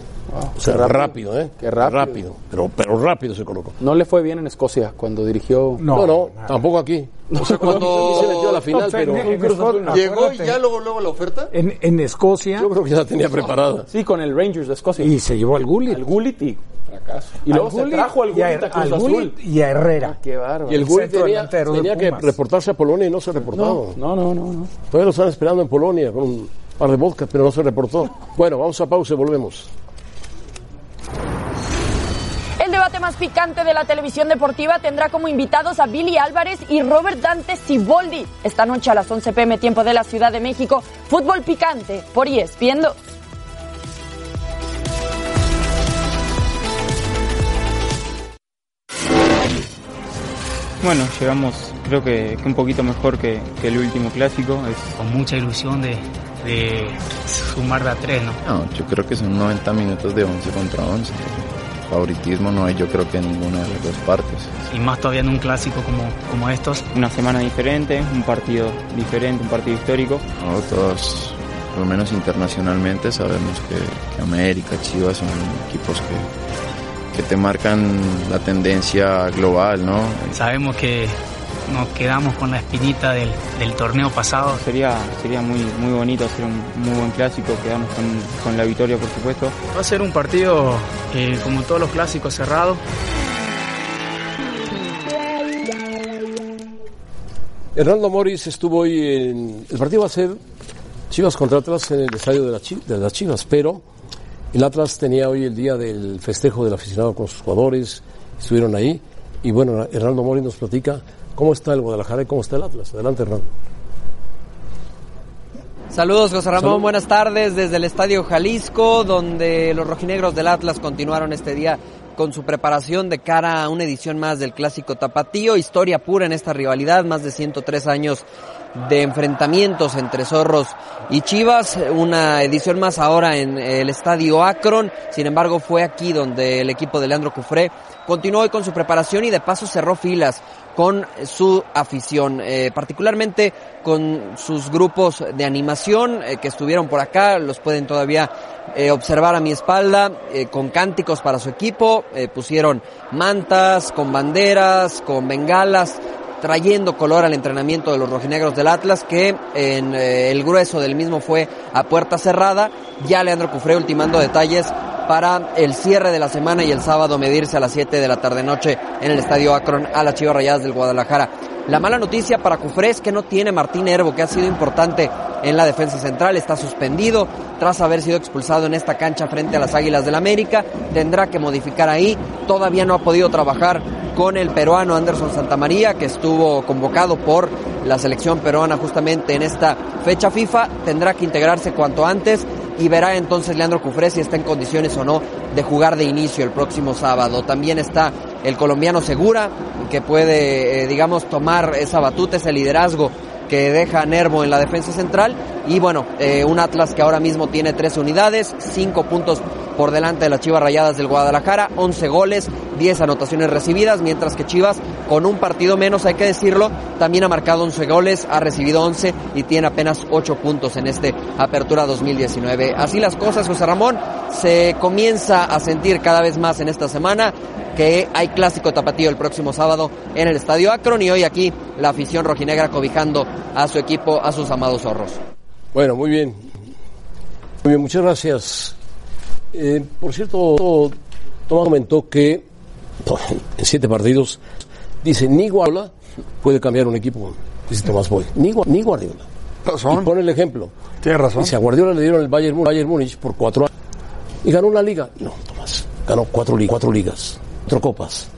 o sea,
qué
rápido,
rápido.
¿eh?
Qué rápido.
Pero, pero rápido se colocó.
No le fue bien en Escocia cuando dirigió.
No, no, tampoco aquí. O sea, cuando se metió a la final,
No, o sea,
pero.
en- en Escocia,
Llegó y
acuérdate,
ya luego, luego la oferta.
En, en Escocia. Yo
creo que ya la tenía preparada.
Sí, con el Rangers de Escocia.
Y se llevó al Gullit.
Al Gullit y fracaso. Y
Al
luego se
Gullit
trajo al
y a-
Gullit a Cruz
al
Azul.
Gullit y a Herrera.
Ah, qué bárbaro.
Y el gol
centro
tenía,
delantero de
tenía que
Pumas.
reportarse a Polonia y no se reportó.
No, no, no, no.
Todavía lo están esperando en Polonia con un par de vodkas, pero no se reportó. Bueno, vamos a pausa y volvemos.
El debate más picante de la televisión deportiva tendrá como invitados a Billy Álvarez y Robert Dante Siboldi. Esta noche a las 11 pm tiempo de la Ciudad de México, fútbol picante por E ESPN 2.
Bueno, llegamos creo que, que un poquito mejor que, que el último clásico. Con mucha ilusión de, sumar de a tres, ¿no?
No, yo creo que son 90 minutos de 11 contra 11. Favoritismo no hay yo creo que en ninguna de las dos partes.
Y más todavía en un clásico como, como estos. Una semana diferente, un partido diferente, un partido histórico.
No, todos, por lo menos internacionalmente, sabemos que, que América, Chivas son equipos que, que te marcan la tendencia global, ¿no?
Sabemos que nos quedamos con la espinita del, del torneo pasado. Sería, sería muy, muy bonito hacer un muy buen clásico, quedamos con, con la victoria por supuesto.
Va a ser un partido eh, como todos los clásicos cerrado.
Hernando Moris estuvo hoy en. El partido va a ser Chivas contra Atlas en el estadio de, la Chi- de las Chivas, pero el Atlas tenía hoy el día del festejo del aficionado con sus jugadores, estuvieron ahí. Y bueno, Hernando Moris nos platica cómo está el Guadalajara y cómo está el Atlas. Adelante, Hernando.
Saludos José Ramón,
Saludos.
buenas tardes desde el Estadio Jalisco, donde los rojinegros del Atlas continuaron este día con su preparación de cara a una edición más del Clásico Tapatío, historia pura en esta rivalidad, más de 103 años de enfrentamientos entre Zorros y Chivas, una edición más ahora en el Estadio Akron, sin embargo fue aquí donde el equipo de Leandro Cufré continuó hoy con su preparación y de paso cerró filas con su afición, eh, particularmente con sus grupos de animación eh, que estuvieron por acá, los pueden todavía eh, observar a mi espalda, eh, con cánticos para su equipo, eh, pusieron mantas, con banderas, con bengalas, trayendo color al entrenamiento de los rojinegros del Atlas, que en eh, el grueso del mismo fue a puerta cerrada, ya Leandro Cufré ultimando detalles para el cierre de la semana y el sábado medirse a las 7 de la tarde noche en el Estadio Akron a las Chivas Rayadas del Guadalajara. La mala noticia para Cufré es que no tiene Martín Herbo, que ha sido importante en la defensa central, está suspendido tras haber sido expulsado en esta cancha frente a las Águilas del América, tendrá que modificar ahí, todavía no ha podido trabajar con el peruano Anderson Santamaría, que estuvo convocado por la selección peruana justamente en esta fecha FIFA, tendrá que integrarse cuanto antes y verá entonces Leandro Cufré si está en condiciones o no de jugar de inicio el próximo sábado. También está el colombiano Segura, que puede, eh, digamos, tomar esa batuta, ese liderazgo que deja a Nervo en la defensa central. Y bueno, eh, un Atlas que ahora mismo tiene tres unidades, cinco puntos por delante de las Chivas Rayadas del Guadalajara, 11 goles, 10 anotaciones recibidas, mientras que Chivas, con un partido menos, hay que decirlo, también ha marcado 11 goles, ha recibido 11 y tiene apenas 8 puntos en este Apertura 2019. Así las cosas, José Ramón, se comienza a sentir cada vez más en esta semana que hay clásico tapatío el próximo sábado en el Estadio Akron y hoy aquí la afición rojinegra cobijando a su equipo, a sus amados zorros.
Bueno, muy bien. Muy bien, muchas gracias. Eh, por cierto, Tomás comentó que en siete partidos, dice, ni Guardiola puede cambiar un equipo, dice Tomás Boy. Ni, Gua- ni Guardiola. Y pone el ejemplo.
Tiene razón.
Dice, a Guardiola le dieron el Bayern, Mun- Bayern Múnich por cuatro años. Y ganó una liga. No, Tomás. Ganó cuatro, li- cuatro ligas, cuatro copas.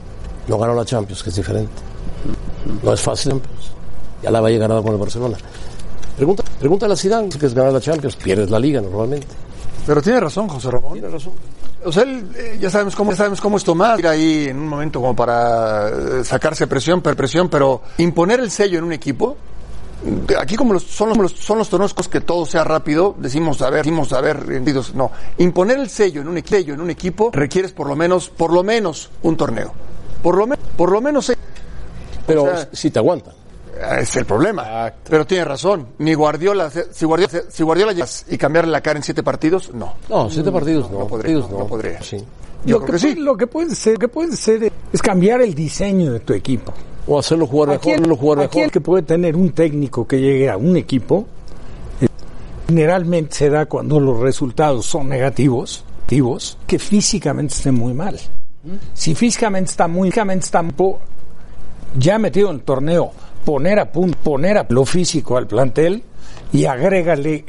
No ganó la Champions, que es diferente. No es fácil. Champions. Ya la había ganado con el Barcelona. Pregunta, pregúntale a Zidane, que es ganar la Champions, pierdes la liga normalmente.
Pero tiene razón, José Ramón. Tiene
razón.
O sea, él, eh, ya, sabemos cómo, ya sabemos cómo es Tomás, ir ahí en un momento como para eh, sacarse presión, per presión, pero imponer el sello en un equipo, eh, aquí como los- son, los, son los torneos que todo sea rápido, decimos, a ver, decimos, a ver, rendidos, no. Imponer el sello en un, equi- sello en un equipo requieres por lo menos, por lo menos un torneo. Por lo, menos por lo menos...
Pero si te aguantan.
Es el problema. Pero tiene razón. Ni Guardiola, si Guardiola, si Guardiola llegas y cambiarle la cara en siete partidos, no. Mm,
No, siete partidos no.
No podría.
partidos
no,
no.
no podría.
Lo que, puede- lo que puede ser, lo que puede ser es cambiar el diseño de tu equipo.
O hacerlo jugar
mejor. aquí el que puede tener un técnico que llegue a un equipo, eh, generalmente se da cuando los resultados son negativos, negativos, que físicamente esté muy mal. Si físicamente está muy, físicamente está muy po- ya metido en el torneo, poner a punto, poner a lo físico al plantel y agrégale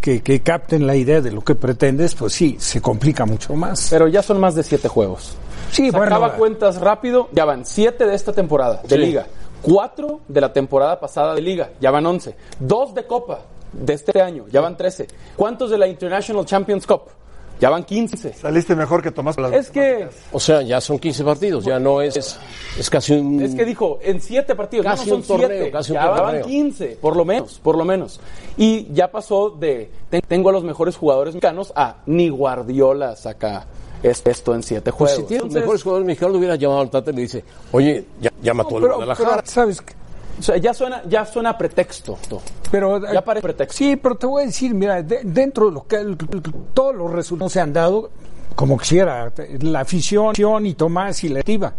que, que capten la idea de lo que pretendes, pues sí, se complica mucho más.
Pero ya son más de siete juegos.
Sí,
Sacaba
bueno.
cuentas rápido, ya van siete de esta temporada de
Sí.
liga, cuatro de la temporada pasada de liga, ya van 11, dos de copa de este año, ya van 13. ¿Cuántos de la International Champions Cup? Ya van 15.
Saliste mejor que Tomás.
Es que
O sea, ya son 15 partidos, ya no es. Es, es casi un.
es que dijo en siete partidos, ya
Casi
no
un
son
torneo,
siete,
casi un
ya van
torneo.
15, por lo menos, por lo menos. Y ya pasó de te- tengo a los mejores jugadores mexicanos a ni Guardiola saca es- esto en siete
Pues
juegos.
si tiene los
Entonces,
mejores jugadores mexicanos, lo hubiera llamado al Tata y le dice, oye, ya, llama a todo el
pero-
Guadalajara.
pero,
¿sabes
o sea, ya suena, ya suena a pretexto.
Pero, eh,
ya parece pretexto.
Sí, pero te voy a decir, mira, de- dentro de lo que el- todo los resultados se han dado, como quisiera, la afición y Tomás y la activa.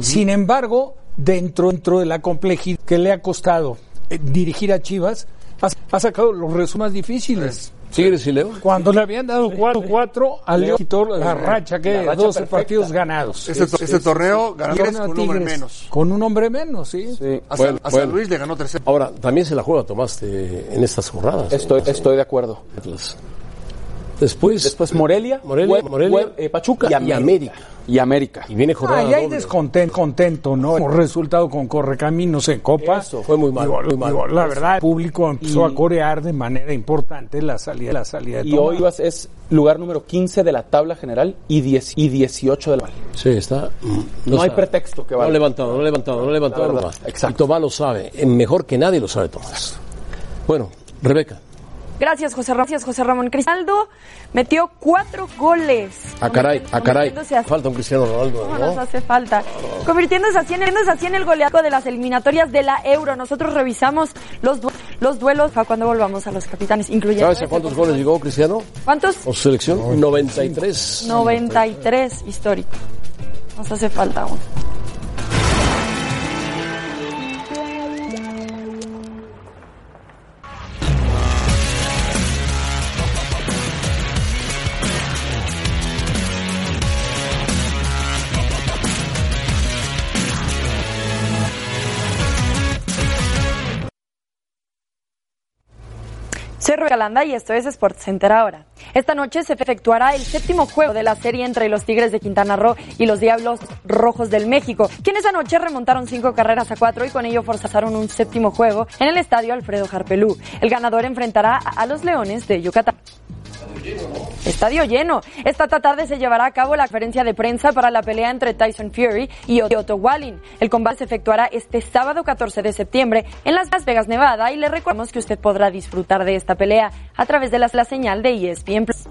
Sin embargo, dentro, dentro de la complejidad que le ha costado eh, dirigir a Chivas, ha, ha sacado los resúmenes más difíciles.
Tigres y León.
Cuando le habían dado 4-4 a
Leo
León, quitó la racha que
la racha
12
perfecta.
partidos ganados.
Este to- este torneo, ganó
Tigres
Tigres
a
con un hombre
Tigres,
menos.
Con un hombre menos, sí.
A San- a San Luis le ganó 3
Ahora, también se la juega Tomás de- en estas jornadas.
Estoy, estoy de acuerdo.
Después,
Después Morelia,
Morelia,
Hue-
Morelia,
Hue- eh, Pachuca
y América.
Y América.
Y viene jornada
Ah, y hay
doble.
descontento, contento, ¿no? El resultado con Correcaminos en Copa.
fue muy malo,
Digo,
muy malo.
digo, la verdad, el público empezó
Y-
a corear de manera importante la salida, la salida de
Y
Tomás.
hoy Chivas es lugar número 15 de la tabla general y, 10 y 18 de la
Sí, está. mm, No,
No, hay
está-
pretexto que
No
valga.
ha levantado, no ha levantado, no ha levantado.
La verdad,
nada. Y Tomás lo sabe. eh, Mejor que nadie lo sabe Tomás. Bueno, Rebeca.
Gracias, José Ramón. Gracias, José Ramón. Cristaldo metió cuatro goles.
A Ah, caray, a caray.
Convirtiéndose así-
Falta un Cristiano Ronaldo,
¿Cómo nos
¿no?
hace falta? Convirtiéndose así, en, convirtiéndose así en el goleado de las eliminatorias de la Euro. Nosotros revisamos los, du- los duelos para cuando volvamos a los capitanes, incluyendo... este,
¿Sabes a cuántos goles llegó Cristiano?
¿Cuántos?
¿O su selección? 93.
93 histórico. Nos hace falta uno. Soy Rubén Galanda y esto es Sports Center ahora. Esta noche se efectuará el séptimo juego de la serie entre los Tigres de Quintana Roo y los Diablos Rojos del México, quienes anoche remontaron cinco carreras a cuatro y con ello forzaron un séptimo juego en el estadio Alfredo Harpelú. El ganador enfrentará a a los Leones de Yucatán. Estadio lleno. Esta tarde se llevará a cabo la conferencia de prensa para la pelea entre Tyson Fury y Otto Wallin. El combate se efectuará este sábado 14 de septiembre en Las Vegas, Nevada, y le recordamos que usted podrá disfrutar de esta pelea a través de las- la señal de E ESPN Plus.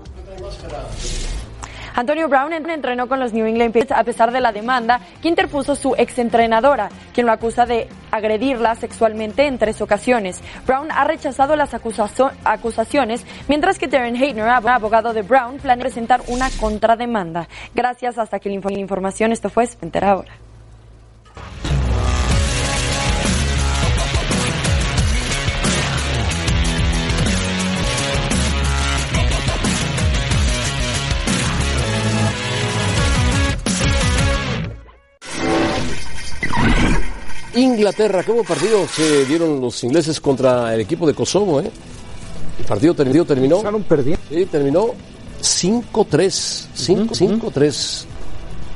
Antonio Brown en- entrenó con los New England Patriots a pesar de la demanda que interpuso su exentrenadora, quien lo acusa de agredirla sexualmente en tres ocasiones. Brown ha rechazado las acusazo- acusaciones, mientras que Darren Hayner, ab- abogado de Brown, planea presentar una contrademanda. Gracias, hasta aquí la info- la información. Esto fue Spenter ahora.
Inglaterra, qué buen partido se dieron los ingleses contra el equipo de Kosovo, ¿eh? El partido terminó, terminó. Sí, terminó 5-3, 5-5-3.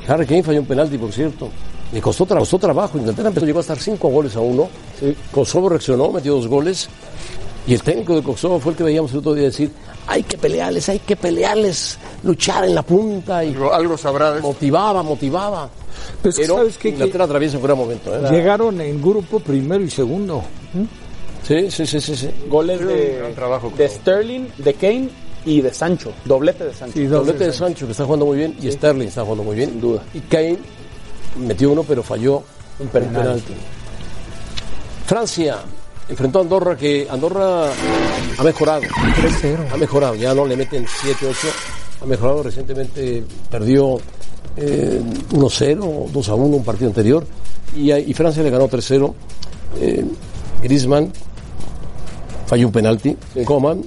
Harry Kane falló un penalti, por cierto. Le costó, tra- costó trabajo. Inglaterra empezó, llegó a estar 5 goles a 1. Kosovo reaccionó, metió dos goles. Y el técnico de Kosovo fue el que veíamos el otro día decir, hay que pelearles, hay que pelearles, luchar en la punta. Y algo, sabrá Motivaba, motivaba.
Pues,
Pero
¿sabes qué?
Inglaterra atraviesa un gran momento. ¿eh? La-
Llegaron en grupo primero y segundo. ¿eh?
Sí, sí, sí, sí. sí.
Goles de, de Sterling, de Kane y de Sancho. Doblete de Sancho.
Y doblete de Sancho, que está jugando muy bien, y Sterling está jugando muy bien. Sin duda. Y Kane metió uno, pero falló un penalti. Francia enfrentó a Andorra, que Andorra ha mejorado. Ha mejorado, ya no le meten 7-8. Ha mejorado recientemente, perdió eh, 1-0, 2-1 un partido anterior. Y, a- y Francia le ganó 3-0. Eh, Griezmann falló un penalti. Coman,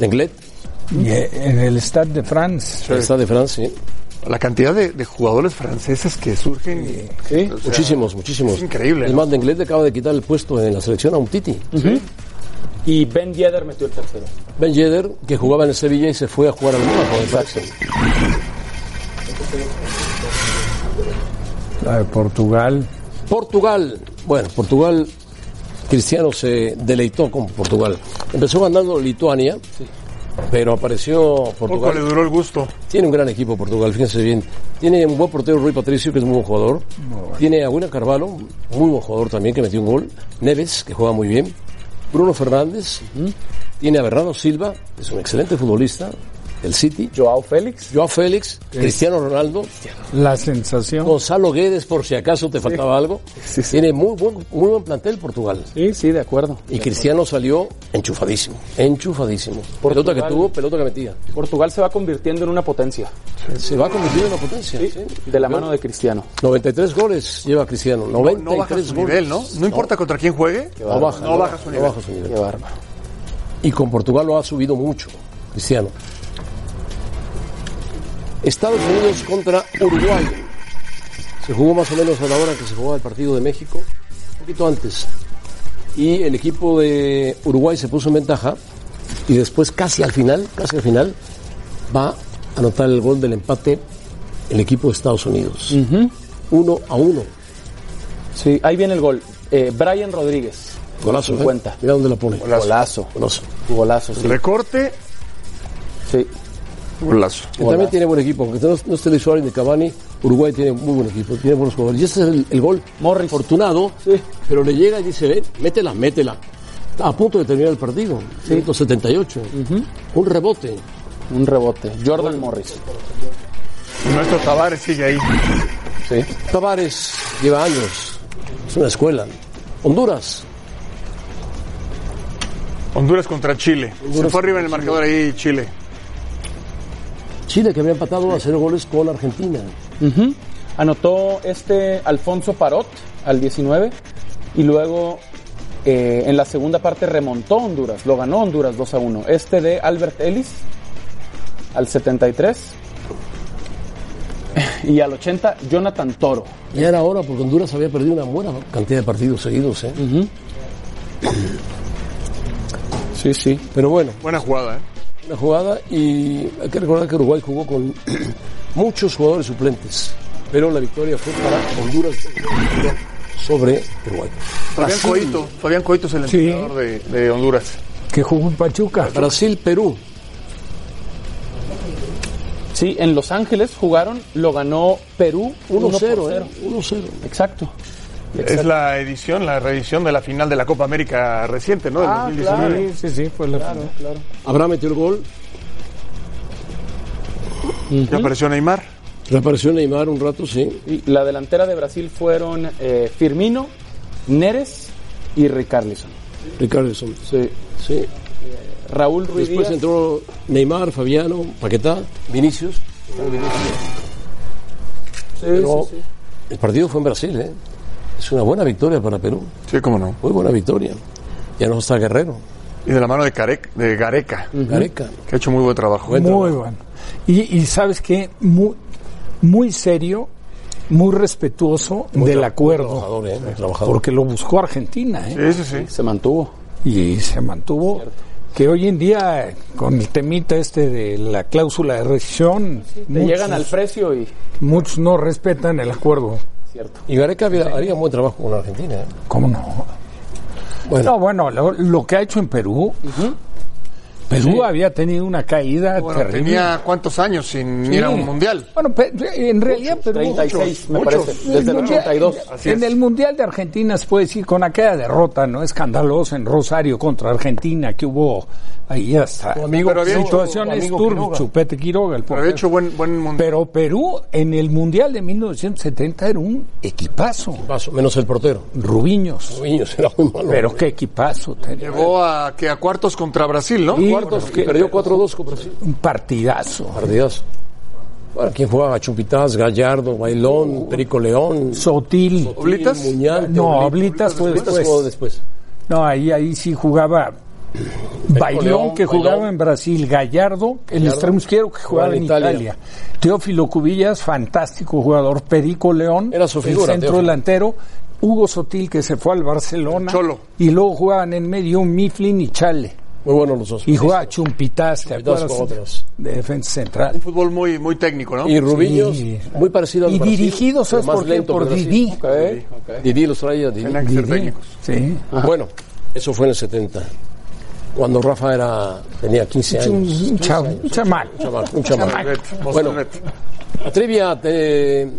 Lenglet,
Y, eh, en el Stade de France.
está de Francia.
La cantidad de, de jugadores franceses que surgen. y-
Sí,
o sea,
muchísimos, muchísimos.
Es increíble.
El
¿no?
más de inglés le acaba de quitar el puesto en la selección a un Titi.
Y Ben Yedder metió el tercero.
Ben Yedder, que jugaba en el Sevilla y se fue a jugar al Mónaco de Francia.
La de Portugal.
Portugal. Bueno, Portugal, Cristiano se deleitó con Portugal. Empezó ganando Lituania, pero apareció Portugal.
le duró el gusto.
Tiene un gran equipo Portugal, fíjense bien. Tiene un buen portero Rui Patricio, que es un buen jugador. Tiene a William Carvalho, muy buen jugador también, que metió un gol. Neves, que juega muy bien. Bruno Fernández. Tiene a Bernardo Silva, que es un excelente futbolista. del City. Joao Félix. Joao Félix, Cristiano Ronaldo.
La sensación.
Gonzalo Guedes, por si acaso te faltaba algo. Tiene muy buen, muy buen plantel Portugal.
Sí, sí, de acuerdo.
Y Cristiano salió enchufadísimo, enchufadísimo. Pelota que tuvo, pelota que metía.
Portugal se va convirtiendo en una potencia.
Se va convirtiendo en una potencia.
De la mano de Cristiano.
93 goles lleva Cristiano. 93
No baja su
goles.
nivel, ¿no? No importa contra quién juegue,
Qué bárbaro.
no baja su nivel.
No baja su nivel. Y con Portugal lo ha subido mucho, Cristiano. Estados Unidos contra Uruguay. Se jugó más o menos a la hora que se jugaba el partido de México, un poquito antes. Y el equipo de Uruguay se puso en ventaja y después casi al final, casi al final, va a anotar el gol del empate el equipo de Estados Unidos. Uno a uno.
Sí, ahí viene el gol. Eh, Brian Rodríguez.
Golazo, ¿eh?
50.
Mira dónde la pone.
Golazo. Golazo.
Golazo.
sí.
Recorte.
Sí.
Golazo.
Que también tiene buen equipo, aunque no, no esté Luis Suárez ni Cavani, Uruguay tiene muy buen equipo, tiene buenos jugadores. Y ese es el, el gol afortunado, pero le llega y dice, ven, métela, métela. Está A punto de terminar el partido, 178. Un rebote.
Un rebote. Jordan Morris.
Nuestro Tavares sigue ahí.
Sí. Tavares lleva años, es una escuela. Honduras.
Honduras contra Chile. se
Honduras
fue arriba en el
contra
marcador ahí Chile.
Chile que había empatado a cero goles con Argentina.
Ujú. Anotó este Alfonso Parot al 19 y luego eh, en la segunda parte remontó Honduras, lo ganó Honduras 2 a 1. Este de Albert Ellis al 73 y al 80 Jonathan Toro.
Ya era hora porque Honduras había perdido una buena cantidad de partidos seguidos. ¿eh?
Sí, sí.
Pero bueno.
Buena jugada, ¿eh?
Una jugada y hay que recordar que Uruguay jugó con muchos jugadores suplentes, pero la victoria fue para Honduras sobre Uruguay.
Fabián
Brasil.
Coito. Fabián Coito es el
Sí.
entrenador de, de Honduras.
Que jugó en Pachuca.
Brasil, Perú.
Sí, en Los Ángeles jugaron, lo ganó Perú
1-0,
1-0.
¿eh? 1-0.
Exacto.
Es la edición, la reedición de la final de la Copa América reciente, ¿no? Del
Ah,
2019.
claro.
Sí, sí, fue la final.
Claro.
Abraham metió el gol.
Reapareció Neymar.
Reapareció Neymar un rato, sí.
Y la delantera de Brasil fueron eh, Firmino, Neres y Ricarlison.
Ricarlison.
Sí. Eh,
sí.
Raúl Ruiz
Después
Díaz.
entró Neymar, Fabiano, Paquetá, Vinicius. Pero el partido fue en Brasil, ¿eh? Es una buena victoria para Perú.
Sí, cómo no.
Muy buena victoria. Ya no está Guerrero.
Y de la mano de, Carec- de Gareca.
Gareca.
Que ha hecho muy buen trabajo.
Muy bueno. Y, y sabes qué, muy, muy serio, muy respetuoso
Muy
del
tra-
acuerdo.
muy trabajador, ¿eh? Muy trabajador.
Porque lo buscó Argentina. ¿eh?
Sí, sí, sí.
Se mantuvo.
Y se mantuvo. Que hoy en día, con el temita este de la cláusula de rescisión,
Te llegan al precio y.
muchos no respetan el acuerdo.
Cierto.
Y Gareca había- haría un buen trabajo con la Argentina. ¿eh?
¿Cómo no?
Bueno.
No, bueno, lo, lo que ha hecho en Perú. Perú había tenido una caída
Bueno,
terrible.
tenía cuántos años sin ir a un mundial.
Bueno, pe- en realidad Perú.
36, me
Muchos.
parece, desde el
Mundial-
82.
Así
En
es.
el Mundial de Argentina se puede decir con aquella derrota, ¿no? Escandalosa en Rosario contra Argentina que hubo ahí hasta
pero había hecho- tu
situaciones
amigo Quiroga.
turbias. Chupete Quiroga, el
Pero había hecho buen, buen mundial.
Pero Perú en el Mundial de 1970 era un equipazo.
menos el portero.
Rubiños.
Rubiños era muy malo.
Pero qué equipazo tenía.
Llegó a, que a cuartos contra Brasil, ¿no?
Sí,
Cuartos, que perdió 4-2 con Brasil.
Un partidazo.
Partidazo. Bueno, ¿quién jugaba? Chupitaz, Gallardo, Bailón, Perico León.
Uh. Sotil.
¿Oblitas? Muñante,
No,
Oblitas.
Oblitas fue
Oblitas
después.
jugó después.
No, ahí, ahí sí jugaba Bailón,
León,
que jugaba
Bailón.
en Brasil, Gallardo, el
Gallardo,
extremo izquierdo que jugaba en Italia. Teófilo Cubillas, fantástico jugador, Perico León,
Era su figura,
el centro
Teófilo.
delantero, Hugo Sotil, que se fue al Barcelona,
Cholo.
y luego jugaban en medio Mifflin y Chale.
Muy buenos los dos.
Y jugaba Chumpitas, ¿te
Chumpitas
acuerdas?
con otros.
De defensa central.
Un fútbol muy, muy técnico, ¿no?
Y Rubiños, muy parecido al
Y
Brasil,
dirigido, ¿sabes
pero más
por qué?
lento que
Por
Brasil.
Didi.
Didi los traía, Didi.
Tenían que ser técnicos.
Sí.
Bueno, eso fue en el 70. Cuando Rafa era, tenía 15
Un-
años.
un chavo, un chamaco.
Un chamaco, un chamaco.
Chamaco.
Bueno, la trivia, te-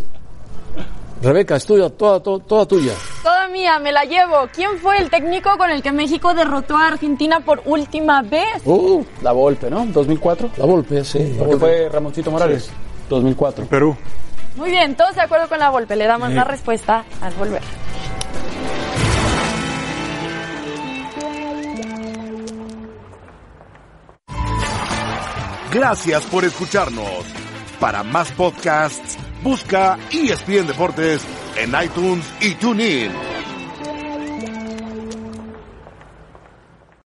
Rebeca, es tuya, toda, to- toda tuya.
Toda Pregunta mía, me la llevo. ¿Quién fue el técnico con el que México derrotó a Argentina por última vez?
Uh, la Volpe, ¿no? 2004. La Volpe, sí. Porque
Volpe.
fue Ramoncito Morales. 2004.
Perú.
Muy bien, todos de acuerdo con la golpe. Le damos la respuesta al volver.
Gracias por escucharnos. Para E más podcasts, busca ESPN Deportes en iTunes y TuneIn.